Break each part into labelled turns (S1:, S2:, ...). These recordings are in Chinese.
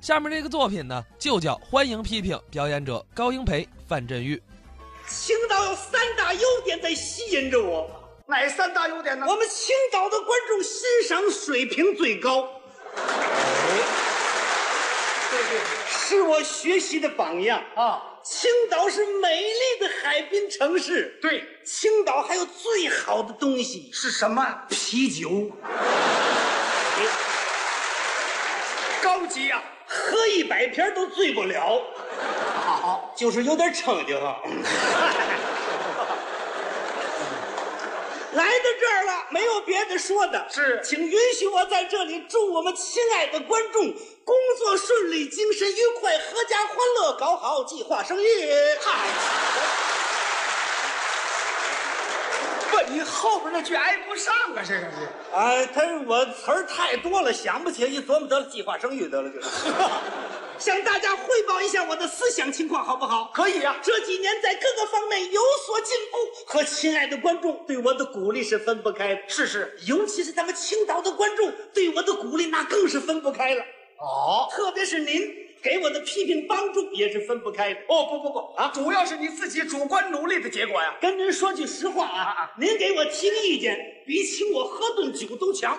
S1: 下面这个作品呢，就叫《欢迎批评》，表演者高英培、范振钰。
S2: 青岛有三大优点在吸引着我，
S3: 哪三大优点呢？
S2: 我们青岛的观众欣赏水平最高，哎
S3: 对对
S2: 是我学习的榜样。
S3: 啊，
S2: 青岛是美丽的海滨城市，
S3: 对，
S2: 青岛还有最好的东西
S3: 是什么
S2: ——啤酒，
S3: 哎高级呀、
S2: 喝一百瓶都醉不 了，
S3: 好，
S2: 就是有点逞劲啊哈。 来到这儿了，没有别的说的，
S3: 是
S2: 请允许我在这里祝我们亲爱的观众工作顺利、精神愉快、阖家欢乐、搞好计划生育。嗨，
S3: 不，你后边那句挨不上啊，这个是。
S2: 哎，他我词儿太多了，想不起来，一琢磨得了计划生育得了就是。 向大家汇报一下我的思想情况，好不好？
S3: 可以呀、
S2: 这几年在各个方面有所进步，和亲爱的观众对我的鼓励是分不开的。
S3: 试试。
S2: 尤其是咱们青岛的观众对我的鼓励，那更是分不开了。
S3: 哦
S2: 特别是您给我的批评帮助也是分不开的。
S3: 哦不不不啊，主要是你自己主观努力的结果呀、
S2: 跟您说句实话啊，您给我提个意见，比请我喝顿酒都强。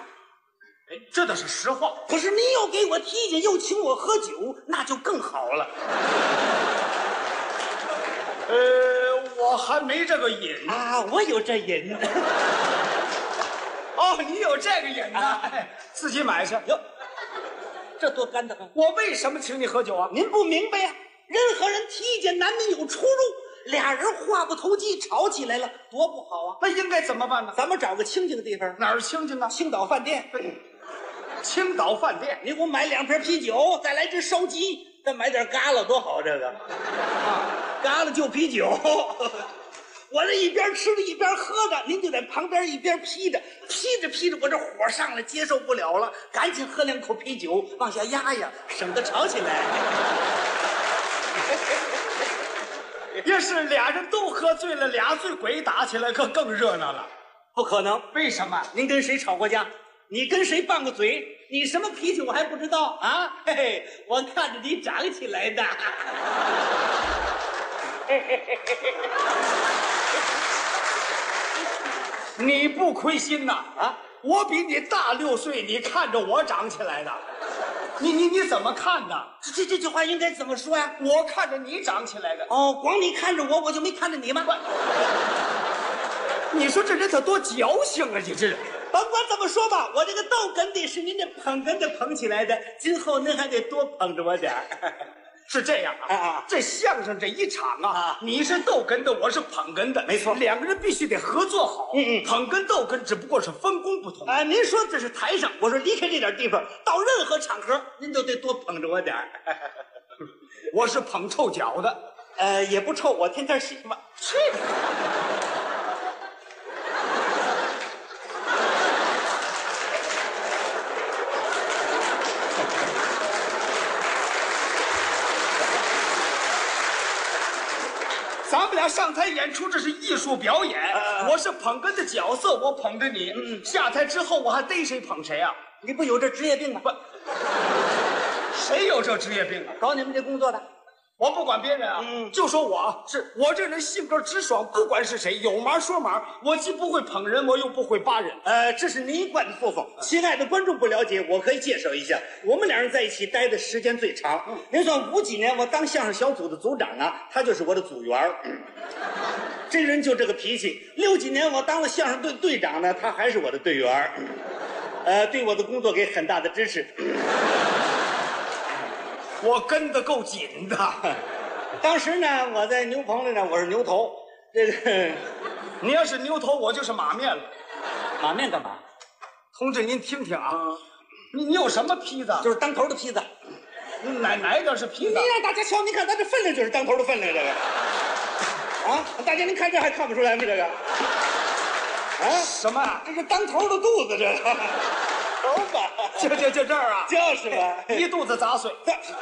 S3: 哎，这倒是实话。
S2: 可是您又给我提意见，又请我喝酒，那就更好了。
S3: 呃，我还没这个瘾呢。
S2: 啊，我有这瘾。
S3: 哦，你有这个瘾呢、
S2: 啊
S3: 哎自己买去。
S2: 哟，这多干的很。
S3: 我为什么请你喝酒啊？
S2: 您不明白呀、任何人提意见难免有出入，俩人话不投机，吵起来了，多不好啊！
S3: 那应该怎么办呢？
S2: 咱们找个清静的地方，
S3: 哪儿清静啊？
S2: 青岛饭店，
S3: 嗯青岛饭店。
S2: 你给我买两瓶啤酒，再来只烧鸡，再买点嘎啦，多好！这个，啊，嘎啦就啤酒。 我这一边吃着一边喝着，您就在旁边一边劈着，劈着劈着，我这火上来，接受不了了，赶紧喝两口啤酒往下压压，省得吵起来。
S3: 要是俩人都喝醉了，俩醉鬼打起来可更热闹了。
S2: 不可能，
S3: 为什么？
S2: 您跟谁吵过架？你跟谁拌过嘴？你什么脾气我还不知道啊？嘿嘿，我看着你长起来的。
S3: 你不亏心呐？啊，我比你大六岁，你看着我长起来的，你你你怎么看的？
S2: 这这这句话应该怎么说呀、
S3: 我看着你长起来的，
S2: 哦，光你看着我，我就没看着你吗？
S3: 你说这人可多矫情啊！你这人，
S2: 甭管怎么说吧，我这个逗哏的是您这捧哏的捧起来的，今后您还得多捧着我点儿。
S3: 是这样
S2: 啊
S3: 啊
S2: 啊？
S3: 这相声这一场
S2: 啊
S3: 啊，你是逗哏的，我是捧哏的，
S2: 没错
S3: 两个人必须得合作好。
S2: 嗯嗯
S3: 捧哏逗哏只不过是分工不同。
S2: 啊，您说这是台上，我说离开这点地方，到任何场合，您都得多捧着我点儿。
S3: 我是捧臭脚的，
S2: 呃，也不臭，我天天洗嘛。
S3: 去你的！咱们俩上台演出，这是艺术表演。
S2: 啊
S3: 我是捧哏的角色，我捧着你。
S2: 嗯
S3: 下台之后，我还逮谁捧谁啊？
S2: 你不有这职业病啊吗？
S3: 不，谁有这职业病啊？
S2: 搞你们这工作的，
S3: 我不管别人啊，
S2: 嗯
S3: 就说我啊，是我这人性格直爽，不管是谁，有嘛说嘛。我既不会捧人，我又不会扒人。
S2: 呃，这是您一贯的作风。亲爱的观众不了解，我可以介绍一下，我们俩人在一起待的时间最长。您算五几年，我当相声小组的组长啊，他就是我的组员儿。 这人就这个脾气。六几年我当了相声队队长呢，他还是我的队员儿。呃，对我的工作给很大的支持。
S3: 我跟得够 紧的。
S2: 当时呢，我在牛棚里呢，我是牛头。这个
S3: 你要是牛头，我就是马面了。
S2: 马面干嘛？
S3: 同志，您听听啊，你你有什么坯子？
S2: 就是当头的坯子。
S3: 哪哪一点是坯子
S2: 你？让大家瞧，您看咱这分量就是当头的分量，这个啊，大家您看这还看不出来吗？这个啊，
S3: 什么 啊？
S2: 这是当头的肚子，这个 头发
S3: 就就就这儿啊？
S2: 就是嘛。
S3: 一肚子杂碎。
S2: 这
S3: 这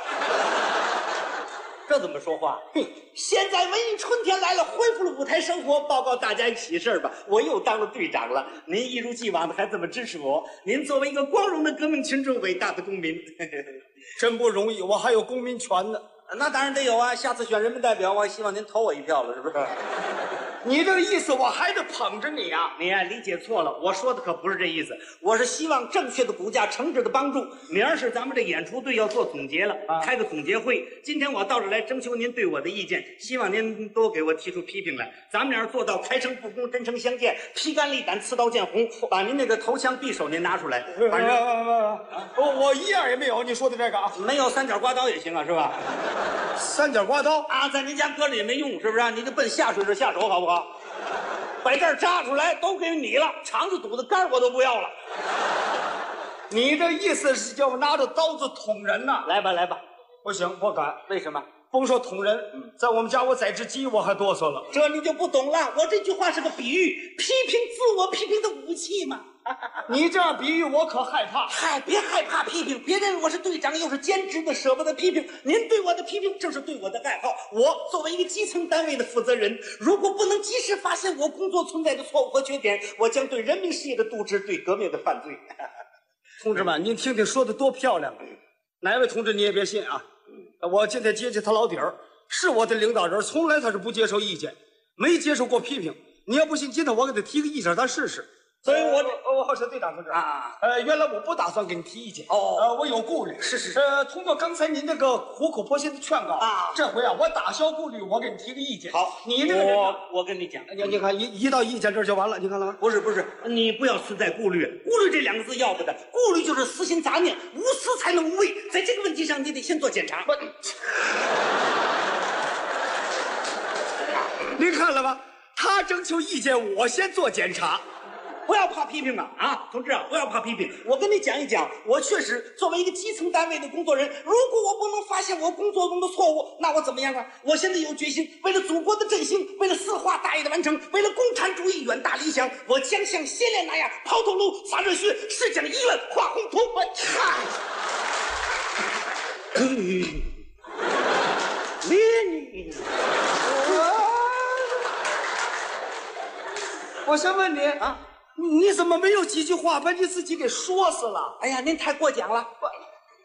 S2: 这怎么说话？
S3: 哼，
S2: 现在文艺春天来了，恢复了舞台生活。报告大家一喜事儿吧，我又当了队长了。您一如既往的还这么支持我。您作为一个光荣的革命群众、伟大的公民，
S3: 真不容易，我还有公民权呢。
S2: 那当然得有啊。下次选人民代表，我还希望您投我一票了，是不是？
S3: 你这个意思，我还得捧着你 啊！
S2: 你呀、理解错了，我说的可不是这意思，我是希望正确的骨架，诚挚的帮助。明儿是咱们这演出队要做总结了，
S3: 啊
S2: 开个总结会。今天我到这儿来征求您对我的意见，希望您多给我提出批评来。咱们俩人做到开诚布公，真诚相见，披肝沥胆，刺刀见红。把您那个头枪匕首您拿出来，反正
S3: 我我一样也没有。你说的这个啊，
S2: 没有三角刮刀也行啊，是吧？
S3: 三角刮刀，
S2: 啊，在您家搁着也没用，是不是、啊？你就奔下水这下手好不好？ 把这儿扎出来都给你了，肠子堵的肝儿我都不要了。
S3: 你这意思是叫我拿着刀子捅人呐？
S2: 来吧，来吧，
S3: 不行，不敢。
S2: 为什么？
S3: 甭说捅人，在我们家我宰只鸡我还哆嗦 了。
S2: 这你就不懂了。我这句话是个比喻，批评自我批评的武器嘛。
S3: 你这样比喻我可害怕。
S2: 嗨，别害怕批评，别认为我是队长，又是兼职的，舍不得批评。您对我的批评，正是对我的爱好。我作为一个基层单位的负责人，如果不能及时发现我工作存在的错误和缺点，我将对人民事业的渎职，对革命的犯罪。
S3: 同志们，您听听说的多漂亮啊！哪位同志你也别信啊！我今天接见他老底儿，是我的领导人，从来他是不接受意见，没接受过批评。你要不信，今天我给他提个意见，咱试呃试。
S2: 所以我
S3: 我我说队长同志
S2: 啊，
S3: 呃，原来我不打算给你提意见，
S2: 哦
S3: 呃，我有顾虑，
S2: 是是是
S3: 呃，通过刚才您这个苦口婆心的劝告
S2: 啊
S3: 这回啊，我打消顾虑，我给你提个意 见。
S2: 好，
S3: 你这个人啊，
S2: 我我跟你讲，
S3: 你你看一一到意见这儿就完了，你看了吗？
S2: 不是不是，你不要存在顾虑，顾虑这两个字要不得，顾虑就是私心杂念，无私才能无畏。在这个问题上，你得先做检查。
S3: 我，您看了吗？他征求意见，我先做检查。
S2: 不要怕批评啊啊，同志啊，不要怕批评。我跟你讲一讲，我确实作为一个基层单位的工作人，如果我不能发现我工作中的错误，那我怎么样啊？我现在有决心，为了祖国的振兴，为了四化大业的完成，为了共产主义远大理想，我将像先烈那样抛头颅、洒热血，誓将医院化宏图。我嗨，你
S3: 我先问你
S2: 啊，
S3: 你你怎么没有几句话把你自己给说死了？
S2: 哎呀，您太过奖了。
S3: 不，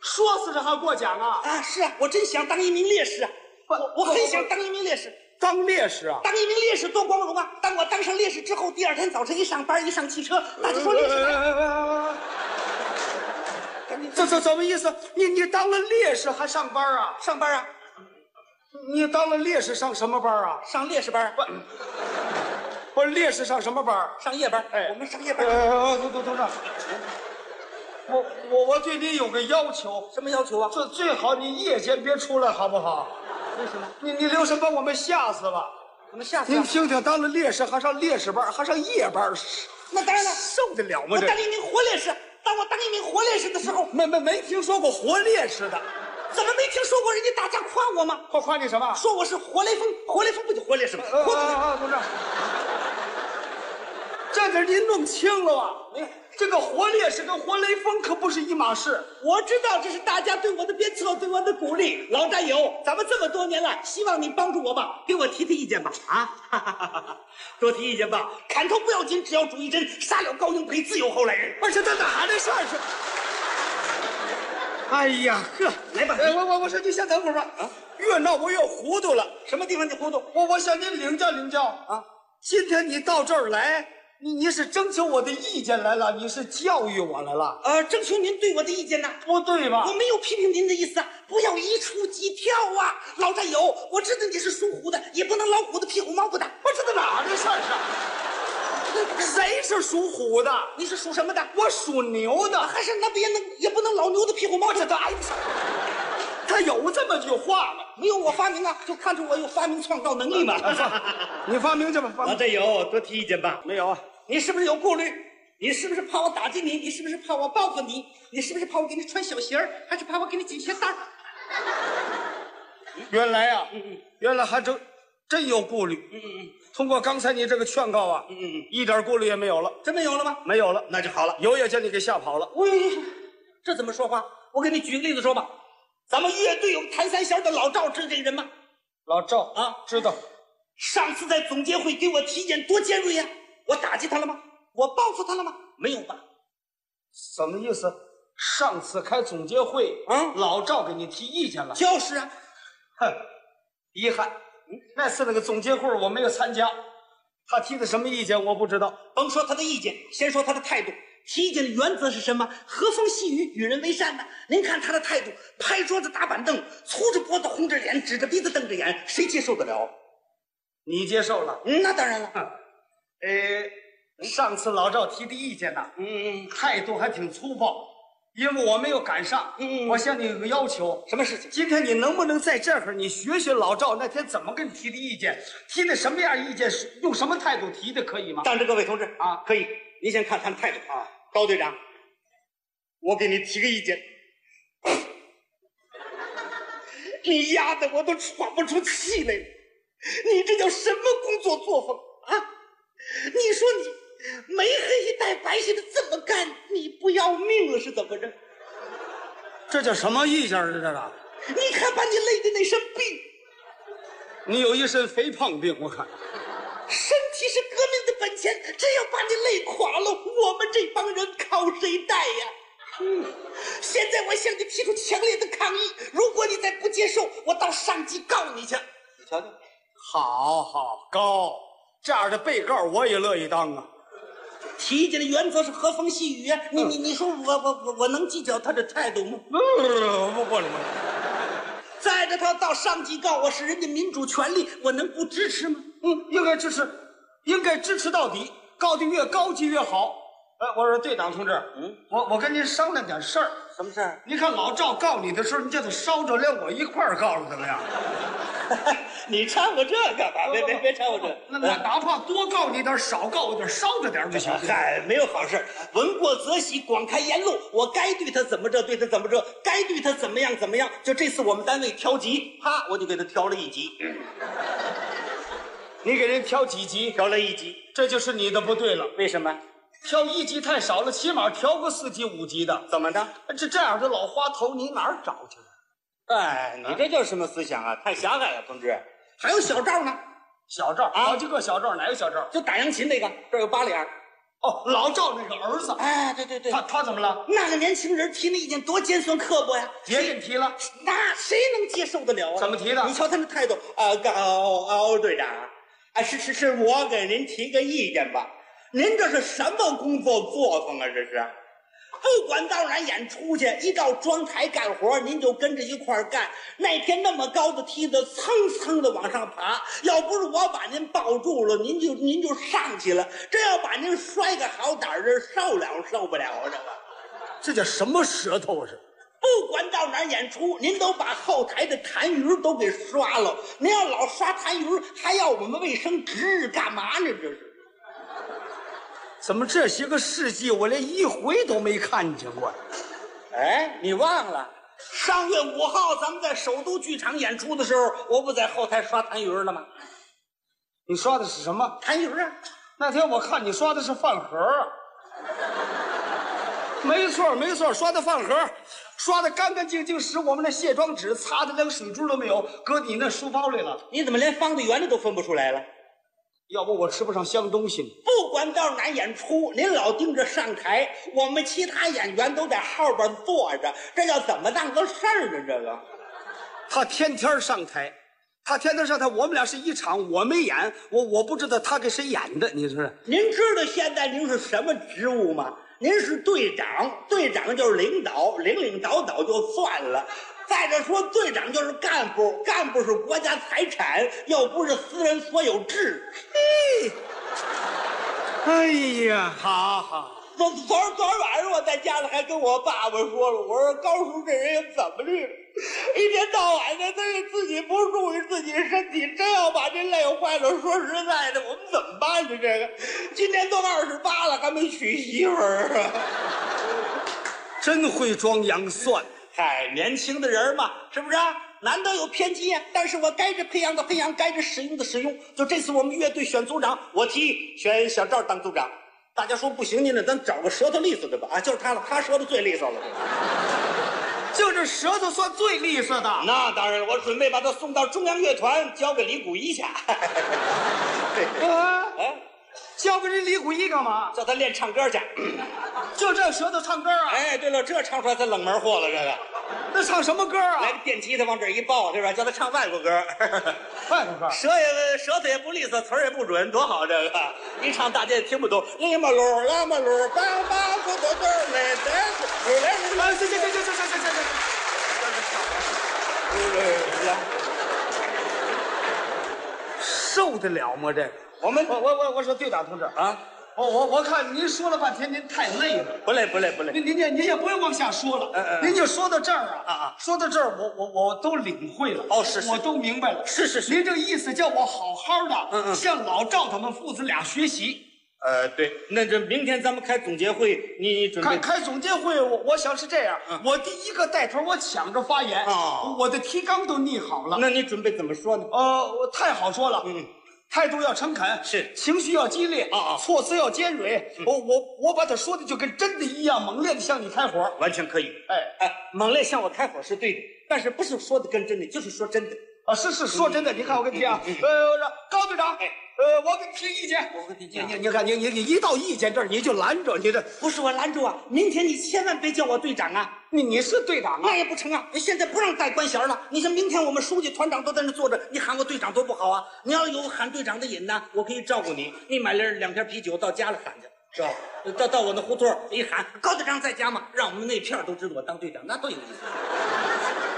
S3: 说死这还过奖啊？
S2: 啊，是啊，我真想当一名烈士啊，
S3: 不
S2: 我我很想当一名烈士。
S3: 当烈士啊？
S2: 当一名烈士多光荣啊！当我当上烈士之后，第二天早晨一上班一上汽车，大家说烈士来了，
S3: 这这怎么意思？你你当了烈士还上班啊？
S2: 上班啊，
S3: 你当了烈士上什么班啊？
S2: 上烈士班，
S3: 不是烈士上什么班？
S2: 上夜班。
S3: 哎
S2: 我们上夜班，
S3: 呃，董董董事长，我我我对你有个要求，
S2: 什么要求啊？
S3: 最最好你夜间别出来，好不好？
S2: 为什么？
S3: 你你留神把我们吓死了。
S2: 我们下次
S3: 您
S2: 啊。
S3: 听听，当了烈士还上烈士班，还上夜班，
S2: 那当然了，
S3: 受得了吗？
S2: 我
S3: 这
S2: 当一名活烈士。当我当一名活烈士的时候，
S3: 没没没听说过活烈士的，
S2: 怎么没听说过人家大家夸我吗？
S3: 夸夸你什么？
S2: 说我是活雷锋，活雷锋不就活烈士吗？
S3: 啊
S2: 活
S3: 啊啊！同志，这点您弄清了吧？这个活烈士跟活雷锋可不是一码事。
S2: 我知道这是大家对我的鞭策，对我的鼓励。老战友，咱们这么多年了，希望你帮助我吧，给我提提意见吧，啊， 多提意见吧。砍头不要紧，只要主义真，杀了高英培，自有后来人。
S3: 而且他哪的事儿是？哎呀呵，
S2: 来吧
S3: 哎我我我说你先等会儿吧。啊，越闹我越糊涂了。
S2: 什么地方你糊涂？
S3: 我我向您领教领教啊！今天你到这儿来，你你是征求我的意见来了，你是教育我来了，
S2: 呃，征求您对我的意见呐、
S3: 不对吧
S2: 我没有批评您的意思啊，不要一触即跳啊，老战友，我知道你是属虎的，也不能老虎的屁股猫不打。
S3: 不知道哪儿的事儿是？谁是属虎的？
S2: 你是属什么的？
S3: 我属牛的。
S2: 还是那别能也不能老牛的屁股猫着打。哎
S3: 他有这么句话吗？
S2: 没有我发明啊，就看出我有发明创造能力嘛。
S3: 你发明去吧，发
S2: 老
S3: 明
S2: 战友，啊多提意见吧。
S3: 啊没有啊？
S2: 你是不是有顾虑？你是不是怕我打击你？你是不是怕我报复你？你是不是怕我给你穿小鞋儿？还是怕我给你系鞋带儿？
S3: 原来啊，原来还真真有顾虑。嗯嗯嗯。通过刚才你这个劝告啊，嗯嗯，一点顾虑也没有了，
S2: 真没有了吗？
S3: 没有了。
S2: 那就好了。
S3: 有也将你给吓跑了。
S2: 喂，这怎么说话？我给你举个例子说吧。咱们乐队有谭三弦的老赵是这个人吗？
S3: 老赵
S2: 啊
S3: 知道，
S2: 上次在总结会给我体检多尖锐呀、我打击他了吗？我报复他了吗？没有吧？
S3: 什么意思？上次开总结会
S2: 啊
S3: 老赵给你提意见了，
S2: 就是啊，
S3: 哼，遗憾，那次那个总结会我没有参加，他提的什么意见我不知道。
S2: 甭说他的意见，先说他的态度。体检的原则是什么？和风细雨，与人为善呐、您看他的态度，拍桌子打板凳，粗着脖子红着脸，指着鼻子瞪着眼，谁接受得了？
S3: 你接受了？
S2: 嗯，那当然了。
S3: 呃，上次老赵提的意见呢，
S2: 嗯，
S3: 态度还挺粗暴，因为我没有赶上。
S2: 嗯
S3: 我向你有个要求，
S2: 什么事情？
S3: 今天你能不能在这儿你学学老赵那天怎么跟你提的意见，提的什么样意见，用什么态度提的，可以吗？
S2: 当着各位同志
S3: 啊
S2: 可以。您先看他的态度
S3: 啊。
S2: 高队长，我给你提个意见， 你压得我都喘不出气来了，你这叫什么工作作风啊？你说你没黑带白线的这么干，你不要命了是怎么着？
S3: 这叫什么意见啊？这个，
S2: 你看把你累的那身病，
S3: 你有一身肥胖病，我看。
S2: 身体是革命的本钱，真要把你累垮了，我们这帮人靠谁带呀？嗯，现在我向你提出强烈的抗议，如果你再不接受，我到上级告你去。你瞧瞧，
S3: 好好高，这样的被告我也乐意当啊。
S2: 提起来原则是和风细雨啊，你你你说我我我我能计较他这态度吗？
S3: 不不不不不，
S2: 再者，他到上级告我是人家民主权利，我能不支持吗？
S3: 嗯，应该支持，应该支持到底，告的越高级越好。哎，我说队长同志，嗯，我我跟您商量点事儿。
S2: 什么事儿？
S3: 您看老赵告你的时候，你叫他捎着，连我一块儿告了，怎么样？
S2: 你掺和这干嘛？别别别掺和这。
S3: 那我哪怕多告你点儿，少告我点儿，捎着点儿就行。
S2: 嗨，没有好事儿，闻过则喜，广开言路。我该对他怎么着，对他怎么着，该对他怎么样怎么样。就这次我们单位调级，啪，我就给他调了一 级，
S3: 你给人挑几级，
S2: 调了一级。
S3: 这就是你的不对了。
S2: 为什么？
S3: 挑一级太少了，起码调个四级、五级的。
S2: 怎么的？
S3: 这这样的老花头，你哪儿找去？
S2: 哎，你这叫什么思想啊？太狭隘了，同志。还有小赵呢，
S3: 小赵，
S2: 啊
S3: 好几个小赵，哪个小赵？
S2: 就打洋琴那个，这儿有八脸。
S3: 哦，老赵那个儿子，
S2: 哎，对对对
S3: 他他怎么了？
S2: 那个年轻人提那意见多尖酸刻薄呀！
S3: 也给提了，
S2: 那谁能接受得了啊？
S3: 怎么提的
S2: 你瞧他那态度，啊，高高队长，啊，是是是，我给您提个意见吧，您这是什么工作作风啊？这是，不管到哪儿演出去，一到装台干活，您就跟着一块儿干。那天那么高的梯子，蹭蹭的往上爬，要不是我把您抱住了，您就您就上去了。这要把您摔个好歹儿，这受了受不了啊？这个。
S3: 这叫什么舌头啊是？
S2: 不管到哪儿演出，您都把后台的痰盂都给刷了。您要老刷痰盂，还要我们卫生纸干嘛呢？这是
S3: 怎么这些个事迹我连一回都没看见过呀？
S2: 哎，你忘了？上月五号咱们在首都剧场演出的时候，我不在后台刷痰盂了吗？
S3: 你刷的是什么？
S2: 痰盂啊，
S3: 哎那天我看你刷的是饭盒儿。没错没错，刷的饭盒儿，刷的干干净净，使我们那卸妆纸擦的连个水珠都没有，搁你那书包里了。
S2: 你怎么连方的圆的都分不出来了？
S3: 要不我吃不上香东西呢。
S2: 不管到哪儿演出，您老盯着上台，我们其他演员都在后边坐着，这叫怎么当个事儿呢？这个。
S3: 他天天上台，他天天上台，我们俩是一场，我没演，我我不知道他给谁演的，你说
S2: 您知道现在您是什么职务吗？您是队长，队长就是领导，领领导导就算了。再者说，队长就是干部，干部是国家财产，又不是私人所有制。
S3: 哎呀，好好，
S2: 昨昨儿昨儿晚上我在家里还跟我爸爸说了，我说高叔这人也怎么绿了， 一天到晚的他是自己不注意自己身体，真要把这累坏了。说实在的，我们怎么办呢？这个今年都二十八了，还没娶媳妇儿啊。
S3: 真会装洋蒜。
S2: 嗨，年轻的人嘛，是不是、啊？难得有偏激呀、但是我该这培养的培养，该这使用的使用。就这次我们乐队选组长，我提选小赵当组长。大家说不行，你那咱找个舌头利索的吧？啊，就是他了，他说的最利索了。
S3: 就这舌头算最利索的。
S2: 那当然了，我准备把他送到中央乐团，交给李谷一去。
S3: 啊，
S2: 哎，
S3: 交给这李谷一干嘛？
S2: 叫他练唱歌去。
S3: 就这舌头唱歌啊？
S2: 哎，对了，这唱出来才冷门货了。这个
S3: 那唱什么歌啊？
S2: 来个电吉他往这儿一抱，对吧？叫他唱外国歌，
S3: 外国歌。
S2: 舌也舌头也不利索，词儿也不准，多好！这个一唱大家也听不懂。哩嘛噜啦嘛噜，叭叭咕嘟嘟儿嘞，得噜嘞噜嘞
S3: 啊，这这这这这这这这，
S2: 噜嘞。
S3: 受得了吗？这个？
S2: 我们
S3: 我我我我说队长同志啊，
S2: 啊，
S3: 我我我看您说了半天，您太累了。
S2: 不累不累不累。
S3: 您您也您也不用往下说了，
S2: 嗯嗯
S3: 您就说到这儿啊，
S2: 啊啊
S3: 说到这儿，我我我都领会了，
S2: 哦是是
S3: 我都明白了，
S2: 是是是
S3: 您这个意思叫我好好的，
S2: 嗯嗯
S3: 向老赵他们父子俩学习。
S2: 呃，对，那这明天咱们开总结会，你你准
S3: 开
S2: 备？
S3: 开总结会，我我想是这样，我第一个带头，我抢着发言，
S2: 嗯哦
S3: 我的提纲都拟好了，
S2: 那你准备怎么说呢？
S3: 呃，我太好说了，
S2: 嗯。
S3: 态度要诚恳，
S2: 是嗯
S3: 情绪要激烈，
S2: 啊啊
S3: 措辞要尖锐。我我我把它说的就跟真的一样，猛烈的向你开火。
S2: 完全可以。
S3: 哎，
S2: 哎，猛烈向我开火是对的，但是不是说的跟真的，就是说真的。
S3: 啊，是是，说真的，你看我跟你
S2: 嗯
S3: 啊，呃，让高队长，
S2: 哎
S3: 呃，我给你提意见，
S2: 我给你提意见
S3: 你你你看，你你你一到意见这儿你就拦着，你这
S2: 不是我拦住啊，明天你千万别叫我队长啊，
S3: 你你是队长啊
S2: 那？也不成啊。现在不让带官衔了，你像明天我们书记、团长都在那坐着，你喊我队长多不好啊。你要有喊队长的瘾呢，我可以照顾你。你买了两瓶啤酒到家了喊去。是啊吧？到到我那胡同儿一喊，高队长在家吗？让我们那片儿都知道我当队长，那多有意思啊！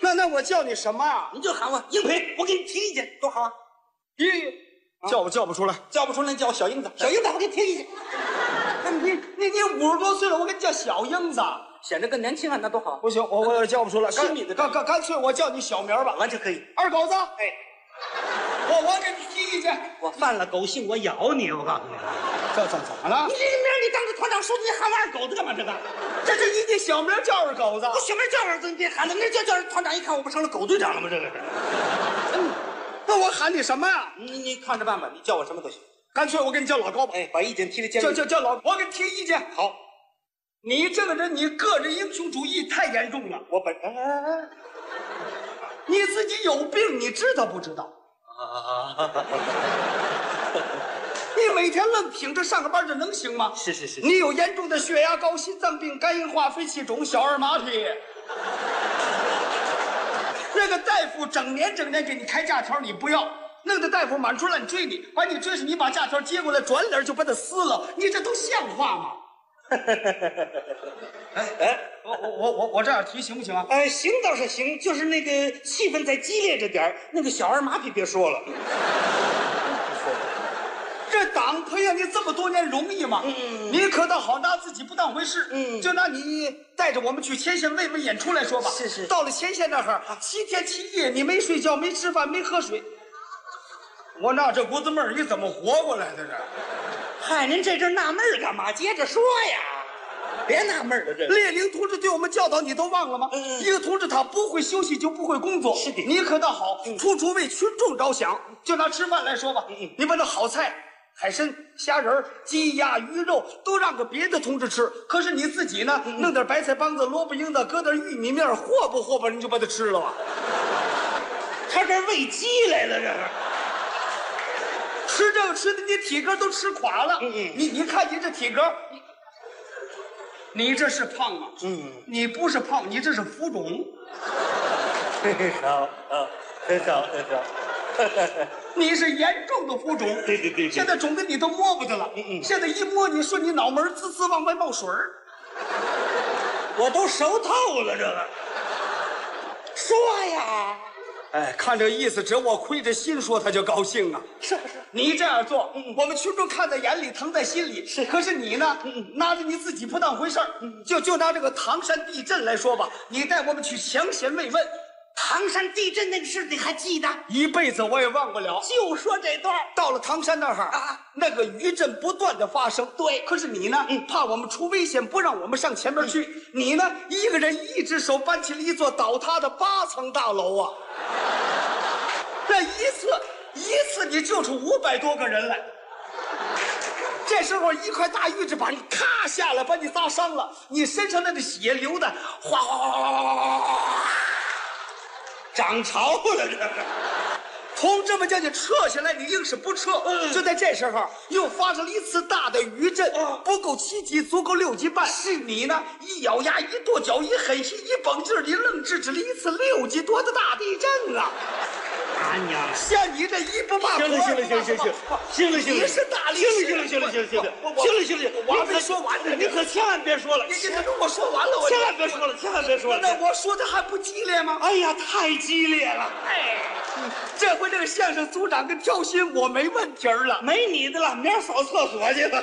S3: 那那我叫你什么啊？
S2: 你就喊我英培，我给你提意见，多好啊！
S3: 一叫我叫不出来，
S2: 叫不出来，叫我小英子，小英子，我给你提意见，
S3: 你你你五十多岁了，我给你叫小英子，
S2: 显得更年轻啊，那多好啊！
S3: 不行，我我也叫不出来，
S2: 亲密的
S3: 干干干脆我叫你小名儿吧，
S2: 完全可以。
S3: 二狗子，
S2: 哎，
S3: 我我给你提意见。
S2: 我犯了狗性，我咬你！我告诉你，你
S3: 这怎怎么了？
S2: 这个名儿你当着团长、书记你喊我二狗子干嘛？这个，
S3: 这是一你小名叫二狗子
S2: 我小名叫二狗子，你别喊了，那叫叫人团长一看，我不成了狗队长了吗？这个是，
S3: 那我喊你什么啊呀？
S2: 你你看着办吧，你叫我什么都行。
S3: 干脆我给你叫老高吧。
S2: 哎，把意见提的尖
S3: 叫
S2: 锐。
S3: 叫叫老，我给你提意见。
S2: 好，
S3: 你这个人，你个人英雄主义太严重了，
S2: 我本哎哎哎
S3: 你自己有病，你知道不知道？
S2: 啊
S3: 你每天愣挺着上个班，这能行吗？
S2: 是是是
S3: 你有严重的血压高、心脏病、肝硬化、肺气肿、小儿麻痹。那个大夫整年整年给你开假条，你不要，弄得大夫满处乱追你，把你追上，你把假条接过来，转脸就把它撕了，你这都像话吗？哎哎，我我我我我这样提行不行啊？
S2: 哎，行倒是行，就是那个气氛再激烈着点儿那个小儿麻痹别说了。
S3: 这党培养你这么多年容易吗？嗯你可倒好拿自己不当回事。
S2: 嗯
S3: 就拿你带着我们去前线慰问演出来说吧。
S2: 是是
S3: 到了前线那儿，七天七夜你没睡觉、没吃饭、没喝水，我那这股子闷儿你怎么活过来的这？
S2: 嗨，您这阵纳闷儿干嘛？接着说呀，别纳闷儿了， 这
S3: 列宁同志对我们教导你都忘了吗？
S2: 嗯
S3: 一个同志他不会休息就不会工作。
S2: 是的
S3: 你可倒好，处处为群众着想。就拿吃饭来说吧，
S2: 嗯
S3: 你把那好菜、海参、虾仁儿、鸡鸭鱼肉都让给别的同志吃，可是你自己呢，
S2: 嗯
S3: 弄点白菜帮子、萝卜缨子，搁点玉米面，和吧和吧，你就把它吃了吧。
S2: 嗯他这儿喂鸡来了，这是。
S3: 吃这个吃的，你体格都吃垮了。
S2: 嗯嗯
S3: 你你看你这体格，你你这是胖啊？
S2: 嗯，
S3: 你不是胖，你这是浮肿。
S2: 好啊，很好很好。
S3: 你是严重的浮肿，
S2: 对对对对
S3: 现在肿的你都摸不得了，
S2: 嗯
S3: 现在一摸你顺你脑门儿滋滋往外冒水儿，
S2: 我都熟透了，这个。说呀，
S3: 哎，看这意思，只要我亏着心说，他就高兴啊。
S2: 是不是？
S3: 你这样做，我们群众看在眼里，疼在心里。是，嗯可是你呢，拿着你自己不当回事儿。就就拿这个唐山地震来说吧，你带我们去前线慰问，
S2: 唐山地震那个事你还记得？
S3: 一辈子我也忘不了。
S2: 就说这段儿
S3: 到了唐山那儿
S2: 啊
S3: 那个余震不断的发生。
S2: 对嗯
S3: 可是你呢？怕我们出危险，不让我们上前面去。你呢？一个人一只手搬起了一座倒塌的八层大楼啊！那一次，一次你救出五百多个人来。这时候一块大玉子把你咔下来，把你砸伤了，你身上那个血流的哗哗哗哗哗哗哗哗哗，
S2: 涨潮了这是。
S3: 同志们叫你撤下来，你硬是不撤。
S2: 嗯
S3: 就在这时候，又发生了一次大的余震，
S2: 哦
S3: 不够七级，足够六级半。是你呢，一咬牙，一跺脚，一狠心，一绷劲儿，你愣制止了一次六级多的大地震啊！
S2: 啊娘！
S3: 像你这一不怕火，
S2: 行了行了行了行了行了行了行了
S3: 你是大力士，
S2: 行了行了行了行了
S3: 我
S2: 行了行了行了，
S3: 我我还没说完呢，
S2: 你可千万别说了，
S3: 你你你我说完了，我
S2: 千万别说了，千万别说
S3: 那
S2: 了。
S3: 我说的还不激烈吗？
S2: 哎呀，太激烈了，
S3: 哎，这回这个相声组长跟挑心，我没问题儿了。
S2: 没你的了，明儿扫厕所去吧。